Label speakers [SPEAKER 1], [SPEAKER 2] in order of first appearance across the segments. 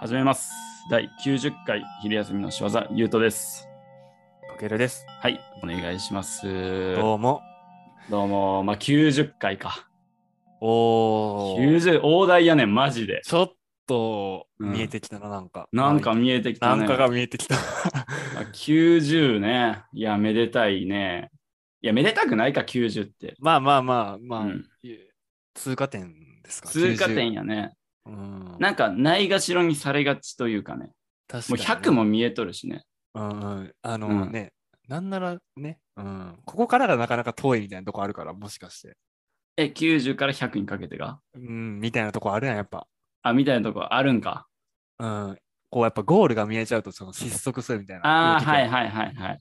[SPEAKER 1] 始めます。第90回昼休みの仕業、ゆうとです。
[SPEAKER 2] かけるです。
[SPEAKER 1] はい、お願いします。
[SPEAKER 2] どうも。
[SPEAKER 1] どうも、まあ、90回か。
[SPEAKER 2] おー。
[SPEAKER 1] 90、大台やねん、マジで。
[SPEAKER 2] ちょっと
[SPEAKER 1] うん
[SPEAKER 2] 見えてきたな、なんか。
[SPEAKER 1] なんか見えてきた
[SPEAKER 2] な
[SPEAKER 1] ね。
[SPEAKER 2] んかが見えてきた。
[SPEAKER 1] まあ90ね。いや、めでたいね。いや、めでたくないか、90って。
[SPEAKER 2] まあまあまあまあ、
[SPEAKER 1] うん
[SPEAKER 2] 通過点ですか
[SPEAKER 1] 通過点
[SPEAKER 2] や。
[SPEAKER 1] やね。
[SPEAKER 2] うん、
[SPEAKER 1] なんか、ないがしろにされがちというかね。
[SPEAKER 2] 確
[SPEAKER 1] もう
[SPEAKER 2] かにね
[SPEAKER 1] 100も。見えとるしね。
[SPEAKER 2] うんうん、あの
[SPEAKER 1] うん
[SPEAKER 2] ね、なんならね、うん、ここからがなかなか遠いみたいなとこあるから、もしかして。
[SPEAKER 1] え、90から100にかけてが
[SPEAKER 2] うん、みたいなとこあるやん、やっぱ。
[SPEAKER 1] あ、みたいなとこあるんか。
[SPEAKER 2] うん。こうやっぱゴールが見えちゃうとその失速するみたいな。
[SPEAKER 1] ああ、はいはいはいはい。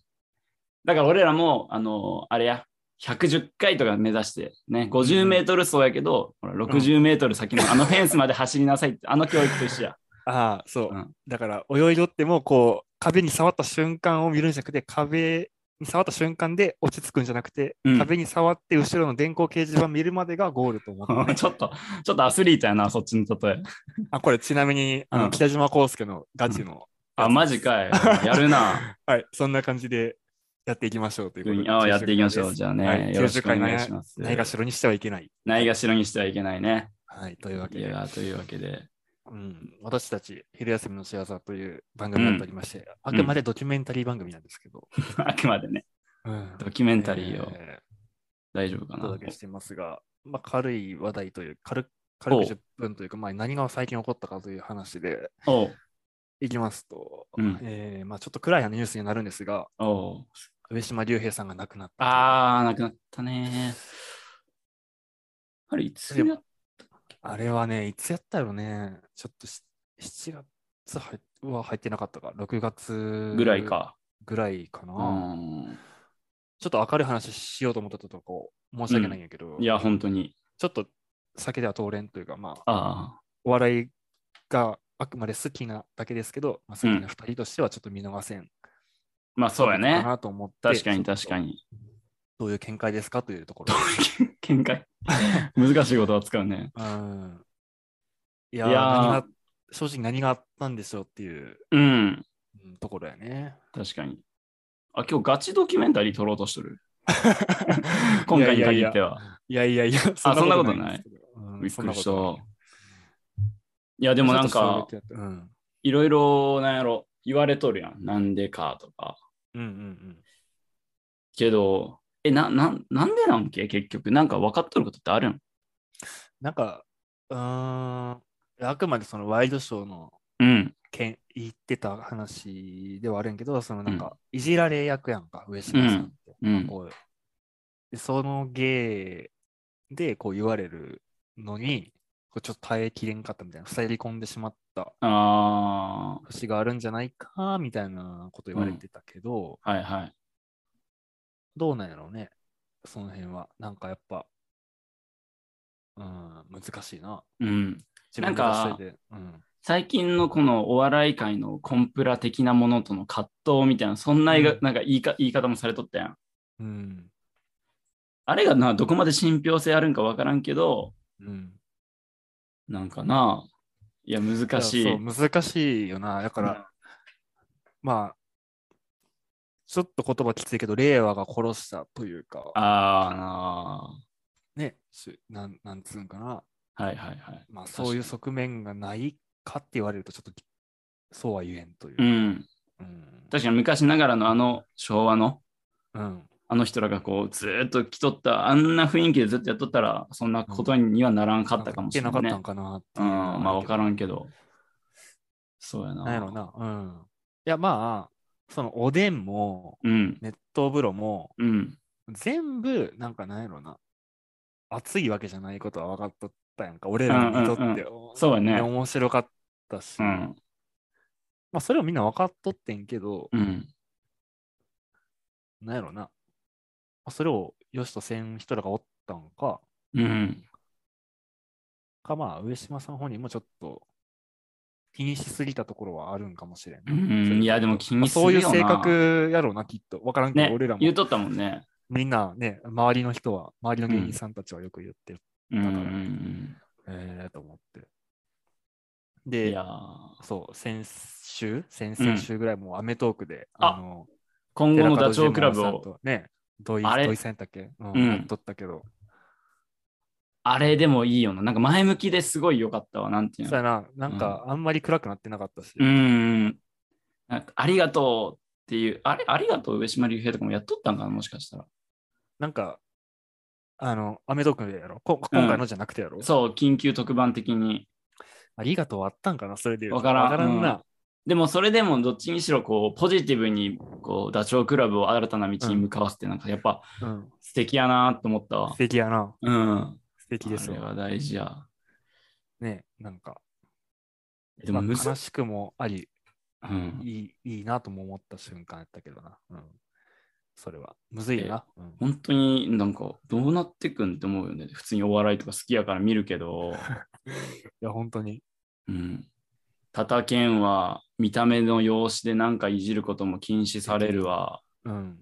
[SPEAKER 1] だから俺らも、あのーあれや、110回とか目指して、ね、50メートル走やけど、ほら60メートル先のあのフェンスまで走りなさいって、あの教育と一緒や。
[SPEAKER 2] ああ、そう。
[SPEAKER 1] うん
[SPEAKER 2] だから、泳いどっても、こう、壁に触った瞬間を見るんじゃなくて、壁に触った瞬間で落ち着くんじゃなくて、
[SPEAKER 1] うん。
[SPEAKER 2] 壁に触って後ろの電光掲示板見るまでがゴールと思って、ね
[SPEAKER 1] ちょっと、ちょっとアスリートやな、そっちの例え。
[SPEAKER 2] あ、これちなみに、あ
[SPEAKER 1] う
[SPEAKER 2] の
[SPEAKER 1] ん
[SPEAKER 2] 北島康介のガチの、
[SPEAKER 1] あ、マジかい。やる な。
[SPEAKER 2] はい、そんな感じでやっていきましょうということで。
[SPEAKER 1] あやっていきましょう。
[SPEAKER 2] 90
[SPEAKER 1] じゃあね、
[SPEAKER 2] はい
[SPEAKER 1] よろしくお願い
[SPEAKER 2] 90
[SPEAKER 1] します。
[SPEAKER 2] 回ないがしろにしてはいけない。
[SPEAKER 1] ないがしろにしてはいけないね。
[SPEAKER 2] はい、というわけ
[SPEAKER 1] い
[SPEAKER 2] で、
[SPEAKER 1] やー、というわけで。
[SPEAKER 2] うん、私たち、昼休みの幸せという番組になっておりまして、あくまでドキュメンタリー番組なんですけど、
[SPEAKER 1] あくまでね、
[SPEAKER 2] うん
[SPEAKER 1] ドキュメンタリーを、
[SPEAKER 2] えー
[SPEAKER 1] 大丈夫か
[SPEAKER 2] お
[SPEAKER 1] な
[SPEAKER 2] 届。けしていますが、まあ、軽い話題という軽、軽く
[SPEAKER 1] お
[SPEAKER 2] 10分というか、まあ、何が最近起こったかという話で
[SPEAKER 1] おう、
[SPEAKER 2] いきますと、
[SPEAKER 1] うん
[SPEAKER 2] えーまあ、ちょっと暗いニュースになるんですが、
[SPEAKER 1] おう。
[SPEAKER 2] 上島竜兵さんが亡くなった。
[SPEAKER 1] あー、なくなったね。あれ、いつや
[SPEAKER 2] あれはね、いつやったよね。ちょっとし7月入っは入ってなかったか、6月
[SPEAKER 1] ぐらい。か。
[SPEAKER 2] ぐらいかな。
[SPEAKER 1] うん。
[SPEAKER 2] ちょっと明るい話しようと思ったとこ、申し訳ないんやけど、
[SPEAKER 1] いや、本当に。
[SPEAKER 2] ちょっと酒では通れんというか、まあ、
[SPEAKER 1] あ
[SPEAKER 2] お笑いがあくまで好きなだけですけど、まあ、好きな2人としてはちょっと見逃せん
[SPEAKER 1] あ。まあ、そうや
[SPEAKER 2] か
[SPEAKER 1] ね。
[SPEAKER 2] なと思って、
[SPEAKER 1] 確かに確か
[SPEAKER 2] に。
[SPEAKER 1] に。
[SPEAKER 2] どういう見解ですかというところ。
[SPEAKER 1] 見解。 難しいことは使うね。
[SPEAKER 2] うん、いやー
[SPEAKER 1] いやー
[SPEAKER 2] 何が正直何があったんでしょうっていう
[SPEAKER 1] うん。
[SPEAKER 2] うんところやね。
[SPEAKER 1] 確かに。あ、今日ガチドキュメンタリー撮ろうとして る。 今回に限っては。
[SPEAKER 2] いやいやいや、
[SPEAKER 1] あそんなこと
[SPEAKER 2] んですけどうん
[SPEAKER 1] びっくりした。
[SPEAKER 2] そんなことない
[SPEAKER 1] いや、でもなん
[SPEAKER 2] ちょ
[SPEAKER 1] か
[SPEAKER 2] っと衝、撃やったうん、
[SPEAKER 1] いろいろ、なんやろ、言われとるやん。なんでかとか。
[SPEAKER 2] うんうん
[SPEAKER 1] けど、え、な、なん、なんでなんけ結局。なんか分かっとることってあるん
[SPEAKER 2] なんか、うーん、あくまでそのワイドショーの
[SPEAKER 1] うん。
[SPEAKER 2] けん言ってた話ではあるんやけど、そのなんか、いじられ役やんか、上島さんって。
[SPEAKER 1] うん。
[SPEAKER 2] こうでその芸でこう言われるのに、こうちょっと耐えきれんかったみたいな、塞ぎ込んでしまった
[SPEAKER 1] あ
[SPEAKER 2] 節があるんじゃないか、みたいなこと言われてたけど、
[SPEAKER 1] あ、はいはい。
[SPEAKER 2] どうなんやろうね、その辺は。なんかやっぱ、うん、難しいな。
[SPEAKER 1] うん。
[SPEAKER 2] 自分で出しといてうん、
[SPEAKER 1] 最近のこのお笑い界のコンプラ的なものとの葛藤みたいな、そんな映画
[SPEAKER 2] うん
[SPEAKER 1] なんか言いか言い方もされとったやん。
[SPEAKER 2] うん、
[SPEAKER 1] あれがな、どこまで信憑性あるんかわからんけど、
[SPEAKER 2] うん。
[SPEAKER 1] なんかな、いや、難しい。
[SPEAKER 2] だからそう難しいよな。だから、まあ、ちょっと言葉きついけど、令和が殺したというか、
[SPEAKER 1] ああな
[SPEAKER 2] ね、しなんなんつうんかな、
[SPEAKER 1] あ、はいはいはい。
[SPEAKER 2] まあ、
[SPEAKER 1] 確かに
[SPEAKER 2] そういう側面がないかって言われると、ちょっとそうは言えんという
[SPEAKER 1] う
[SPEAKER 2] か。
[SPEAKER 1] ん。
[SPEAKER 2] うん
[SPEAKER 1] 確かに昔ながらのあの昭和の、
[SPEAKER 2] うん
[SPEAKER 1] あの人らがこう、ずーっと来とった、あんな雰囲気でずっとやっとったら、そんなことにはならんかったかもしれない、ね。
[SPEAKER 2] なんか言ってなかった
[SPEAKER 1] うん
[SPEAKER 2] かなっていうのはるけ
[SPEAKER 1] ま
[SPEAKER 2] ど。
[SPEAKER 1] あ分からんけど。そうやな。
[SPEAKER 2] なんやろうな。うん。いや、まあ、そのおでんも、
[SPEAKER 1] うん。
[SPEAKER 2] 熱湯風呂も、
[SPEAKER 1] うん。
[SPEAKER 2] 全部、なんかなんやろうな。熱いわけじゃないことは分かっとったやんか。俺らにとって。
[SPEAKER 1] うんうんそうやね。
[SPEAKER 2] 面白かったし、
[SPEAKER 1] う
[SPEAKER 2] ま
[SPEAKER 1] ん。
[SPEAKER 2] あ、それをみんな分かっとってんけど、
[SPEAKER 1] うん。
[SPEAKER 2] なんやろな。まあそれをよしとせん人らがおったんか、
[SPEAKER 1] うん。
[SPEAKER 2] か、まあ、上島さん本人もちょっと気にしすぎたところはあるんかもしれん
[SPEAKER 1] う
[SPEAKER 2] な。それ
[SPEAKER 1] ん、いや、でも気にす
[SPEAKER 2] そう
[SPEAKER 1] る
[SPEAKER 2] いう
[SPEAKER 1] よな。
[SPEAKER 2] 性格やろうな、きっと。わからんけど、
[SPEAKER 1] ね、
[SPEAKER 2] 俺らも
[SPEAKER 1] 言うとったもんね。
[SPEAKER 2] みんなね、周りの人は、周りの芸人さんたちはよく言ってる。
[SPEAKER 1] うん
[SPEAKER 2] だ
[SPEAKER 1] うん
[SPEAKER 2] か
[SPEAKER 1] う
[SPEAKER 2] ら
[SPEAKER 1] ん。
[SPEAKER 2] えーと思って。
[SPEAKER 1] い
[SPEAKER 2] で
[SPEAKER 1] や、ー
[SPEAKER 2] そう、先週、先々週ぐらい、もうアメトークで、
[SPEAKER 1] あ
[SPEAKER 2] の、
[SPEAKER 1] 今後の
[SPEAKER 2] 寺
[SPEAKER 1] ダ
[SPEAKER 2] 門
[SPEAKER 1] チ
[SPEAKER 2] ジ
[SPEAKER 1] ョ
[SPEAKER 2] モ
[SPEAKER 1] ウ
[SPEAKER 2] ン
[SPEAKER 1] 倶楽部
[SPEAKER 2] さん
[SPEAKER 1] を、
[SPEAKER 2] とね、土井
[SPEAKER 1] あれ
[SPEAKER 2] 土井さんやったっけう
[SPEAKER 1] うん
[SPEAKER 2] ん、やっとったけど。
[SPEAKER 1] あれでもいいよな。なんか前向きですごい良かったわ。なんていう
[SPEAKER 2] そう
[SPEAKER 1] の。
[SPEAKER 2] やな、なんか、あんまり暗くなってなかったし。
[SPEAKER 1] うーん。なんかありがとうっていう、あれ、ありがとう上島竜兵とかもやっとったんかな、もしかしたら。
[SPEAKER 2] なんか、あの、アメトークでやろこ今回のじゃなくてやろ、
[SPEAKER 1] そう、緊急特番的に。
[SPEAKER 2] ありがとうはあったんかなそれで言うと。
[SPEAKER 1] わからん
[SPEAKER 2] わからんな。
[SPEAKER 1] でもそれでもどっちにしろこうポジティブにこうダチョウ倶楽部を新たな道に向かわせてなんかやっぱ
[SPEAKER 2] うん。
[SPEAKER 1] 素敵やなと思ったわ
[SPEAKER 2] 素。敵やな。
[SPEAKER 1] うん。
[SPEAKER 2] 素敵です
[SPEAKER 1] それ
[SPEAKER 2] よ。
[SPEAKER 1] は大事や。
[SPEAKER 2] ね、なんか。
[SPEAKER 1] でも
[SPEAKER 2] ま
[SPEAKER 1] む
[SPEAKER 2] あ
[SPEAKER 1] ず
[SPEAKER 2] 悲しくもあり、
[SPEAKER 1] うん。
[SPEAKER 2] いい、いいなとも思った瞬間やったけどな。うん。それは。むずいよな。うん
[SPEAKER 1] 本当になんかどうなってくんって思うよね。普通にお笑いとか好きやから見るけど。
[SPEAKER 2] いや、本当に。
[SPEAKER 1] うん。たたけんは見た目の容姿でなんかいじることも禁止されるわ。
[SPEAKER 2] うん。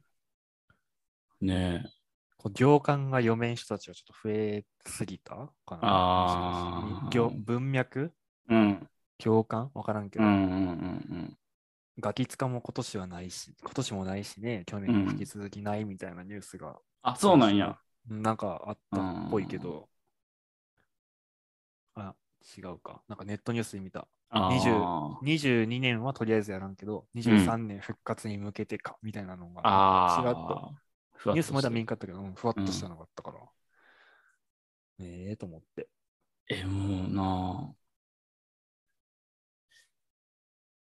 [SPEAKER 1] ねえ。
[SPEAKER 2] こう行間が読めん人たちがちょっと増えすぎたかな。
[SPEAKER 1] あー
[SPEAKER 2] もしかして行文脈
[SPEAKER 1] うん。
[SPEAKER 2] 行間わからんけ
[SPEAKER 1] う
[SPEAKER 2] ど。
[SPEAKER 1] んうんうん
[SPEAKER 2] ガキツカも今年はないし、今年もないしね、去年も引き続きないみたいなニュースが、
[SPEAKER 1] あ、そうなんや。
[SPEAKER 2] なんかあったっぽいけど、あ、違うか。なんかネットニュースで見た。
[SPEAKER 1] あー
[SPEAKER 2] 22年はとりあえずやらんけど、23年復活に向けてか、みたいなのが、
[SPEAKER 1] あー。
[SPEAKER 2] ちらっと
[SPEAKER 1] ふわっとしてる。
[SPEAKER 2] ニュースまだ見んかったけど、うんふわっとしたのがあったから。ええと思って。
[SPEAKER 1] え、もうなあ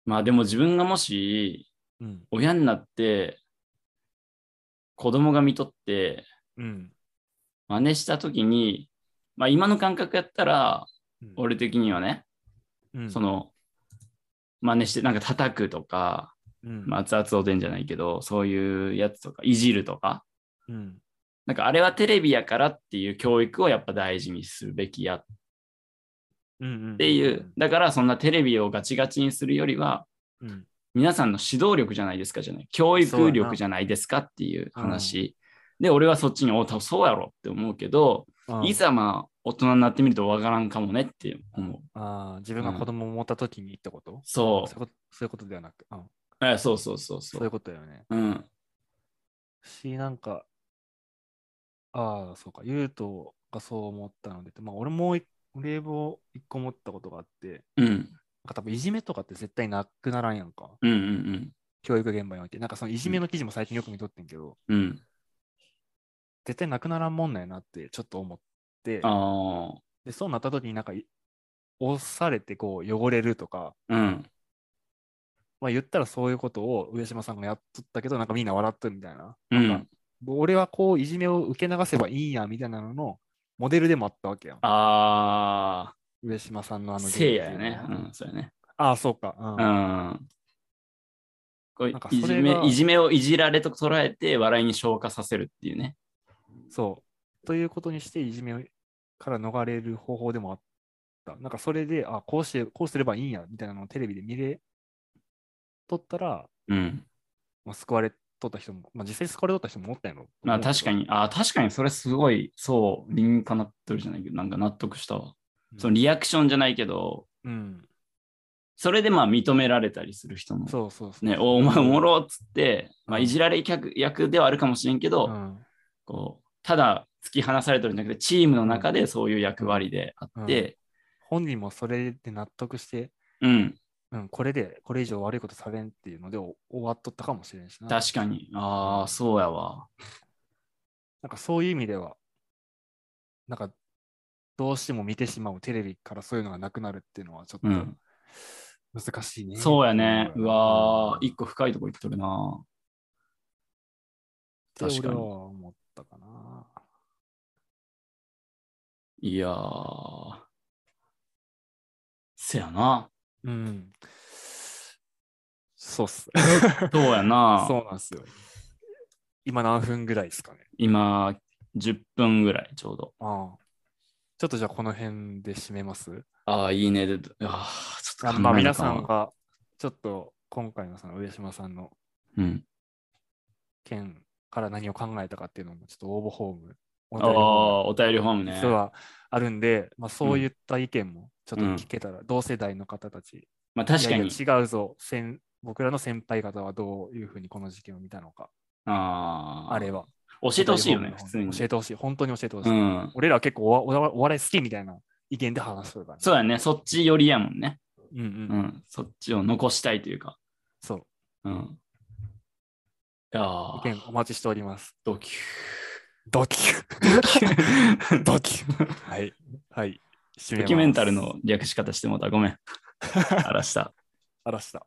[SPEAKER 1] まあでも自分がもし
[SPEAKER 2] うん。
[SPEAKER 1] 親になって子供が見とって
[SPEAKER 2] うん。
[SPEAKER 1] 真似した時に、まあ今の感覚やったら
[SPEAKER 2] うん、
[SPEAKER 1] 俺的にはね、
[SPEAKER 2] うん、
[SPEAKER 1] その真似してなんか叩くとか、
[SPEAKER 2] うん、
[SPEAKER 1] まあ、熱々おでんじゃないけどそういうやつとかいじるとか
[SPEAKER 2] うん。
[SPEAKER 1] なんかあれはテレビやからっていう教育をやっぱ大事にするべきやっ
[SPEAKER 2] うん。うん。
[SPEAKER 1] ていうだからそんなテレビをガチガチにするよりは
[SPEAKER 2] うん。
[SPEAKER 1] 皆さんの指導力じゃないですかじゃない教育力じゃないですかっていう話で俺はそっちにおうそうやろって思うけど、
[SPEAKER 2] うん。
[SPEAKER 1] いざまあ大人になってみるとわからんかもねって思う
[SPEAKER 2] ああ、自分が子供を持った時に言ったこと、
[SPEAKER 1] そ
[SPEAKER 2] そういうことそういうことではなく、うん、
[SPEAKER 1] うえそうそうそうそ
[SPEAKER 2] そういう
[SPEAKER 1] う
[SPEAKER 2] ことだよね。
[SPEAKER 1] うん
[SPEAKER 2] し、なんか、ああ、そうか、ゆうとがそう思ったので、まあ、俺もい例文を一個持ったことがあって、なん
[SPEAKER 1] うん
[SPEAKER 2] か多分いじめとかって絶対なくならんやんか、
[SPEAKER 1] うんうん
[SPEAKER 2] 教育現場において。なんかそのいじめの記事も最近よく見とってんけど、
[SPEAKER 1] うんうん
[SPEAKER 2] 絶対なくならんもんなんやなってちょっと思って、
[SPEAKER 1] ああ
[SPEAKER 2] でそうなった時になんかい、押されてこう汚れるとか、
[SPEAKER 1] うん
[SPEAKER 2] まあ言ったらそういうことを上島さんがやっとったけど、なんかみんな笑っとるみたいな。
[SPEAKER 1] う
[SPEAKER 2] なん
[SPEAKER 1] ん
[SPEAKER 2] か俺はこういじめを受け流せばいいんやみたいなののモデルでもあったわけやん。
[SPEAKER 1] あ
[SPEAKER 2] 上島さんのあ
[SPEAKER 1] あ
[SPEAKER 2] の
[SPEAKER 1] せいやよね
[SPEAKER 2] 原
[SPEAKER 1] う
[SPEAKER 2] 点の
[SPEAKER 1] んそうやね
[SPEAKER 2] ああ、そうか。うん
[SPEAKER 1] うんこう
[SPEAKER 2] なんか
[SPEAKER 1] い
[SPEAKER 2] そ
[SPEAKER 1] じ
[SPEAKER 2] れが
[SPEAKER 1] めいじめをいじられと捉えて笑いに昇華させるっていうね
[SPEAKER 2] そう。ということにして、いじめから逃れる方法でもあった。なんかそれで、あこうして、こうすればいいんやみたいなのをテレビで見れとったら、
[SPEAKER 1] うん
[SPEAKER 2] まあ、救われとった人も、まあ、実際救われとった人もおったんやろ。
[SPEAKER 1] まあ確か
[SPEAKER 2] に。
[SPEAKER 1] に、あー確かにそれすごい、そう、理にかなってるじゃないけど、なんか納得したわ。
[SPEAKER 2] うん
[SPEAKER 1] そのリアクションじゃないけど、
[SPEAKER 2] うん。
[SPEAKER 1] それでまあ認められたりする人も。
[SPEAKER 2] そうそうそう。
[SPEAKER 1] ね、おお前おもろっつって、まあ、
[SPEAKER 2] うん
[SPEAKER 1] いじられ客役ではあるかもしれんけど、
[SPEAKER 2] うん。
[SPEAKER 1] こうただ突き放されてるんじゃなくて、チームの中でそういう役割であって、
[SPEAKER 2] 本人もそれで納得して、
[SPEAKER 1] うん、
[SPEAKER 2] うん、これで、これ以上悪いことされんっていうのでお終わっとったかもしれんしな。
[SPEAKER 1] 確かに。ああ、そうやわ。
[SPEAKER 2] なんかそういう意味では、なんかどうしても見てしまうテレビからそういうのがなくなるっていうのはちょっ
[SPEAKER 1] うん
[SPEAKER 2] と難しいね。
[SPEAKER 1] そうやね。うわー
[SPEAKER 2] い
[SPEAKER 1] 一個深いとこ行ってるな。確
[SPEAKER 2] 確
[SPEAKER 1] か
[SPEAKER 2] か
[SPEAKER 1] に
[SPEAKER 2] に。思ったかな。
[SPEAKER 1] いやー。せやな。
[SPEAKER 2] うん。そう っす。
[SPEAKER 1] そうやな。
[SPEAKER 2] そうなんですよ。今何分ぐらいですかね。
[SPEAKER 1] 今、10分ぐらいちょうど。
[SPEAKER 2] ああちょっとじゃあこの辺で締めます。
[SPEAKER 1] ああ、いいね。であーちょっと考えなあかんわ
[SPEAKER 2] まあ皆さんがちょっと今回のその上島さんの
[SPEAKER 1] うん。
[SPEAKER 2] 件から何を考えたかっていうのもちょっと応募フォームお
[SPEAKER 1] あ
[SPEAKER 2] 便りフォーム
[SPEAKER 1] あ、お便りフォームね。
[SPEAKER 2] 実はあるんで、まあ、そういった意見もちょっと聞けたら、同世代の方たち、
[SPEAKER 1] まあ確かに。
[SPEAKER 2] いやいや違うぞ先、僕らの先輩方はどういうふうにこの事件を見たのか、
[SPEAKER 1] ああ
[SPEAKER 2] あれは。
[SPEAKER 1] 教えてほしいよね、普通に。
[SPEAKER 2] 教えてほしい、本当に教えてほしい。
[SPEAKER 1] うん。
[SPEAKER 2] 俺らは結構おわおわお笑い好きみたいな意見で話するから、ね。
[SPEAKER 1] そうだね、そっち寄りやもんね。
[SPEAKER 2] うんうん
[SPEAKER 1] う。ん。そっちを残したいというか。
[SPEAKER 2] そ
[SPEAKER 1] う
[SPEAKER 2] う。
[SPEAKER 1] ん。いやー
[SPEAKER 2] 意見お待ちしております。
[SPEAKER 1] ド キ
[SPEAKER 2] ドキュ
[SPEAKER 1] ュ
[SPEAKER 2] ドキュはい。はい。ド
[SPEAKER 1] ドキュメンタルの略し方してもうた。ごめん。あらした。
[SPEAKER 2] 嵐だ。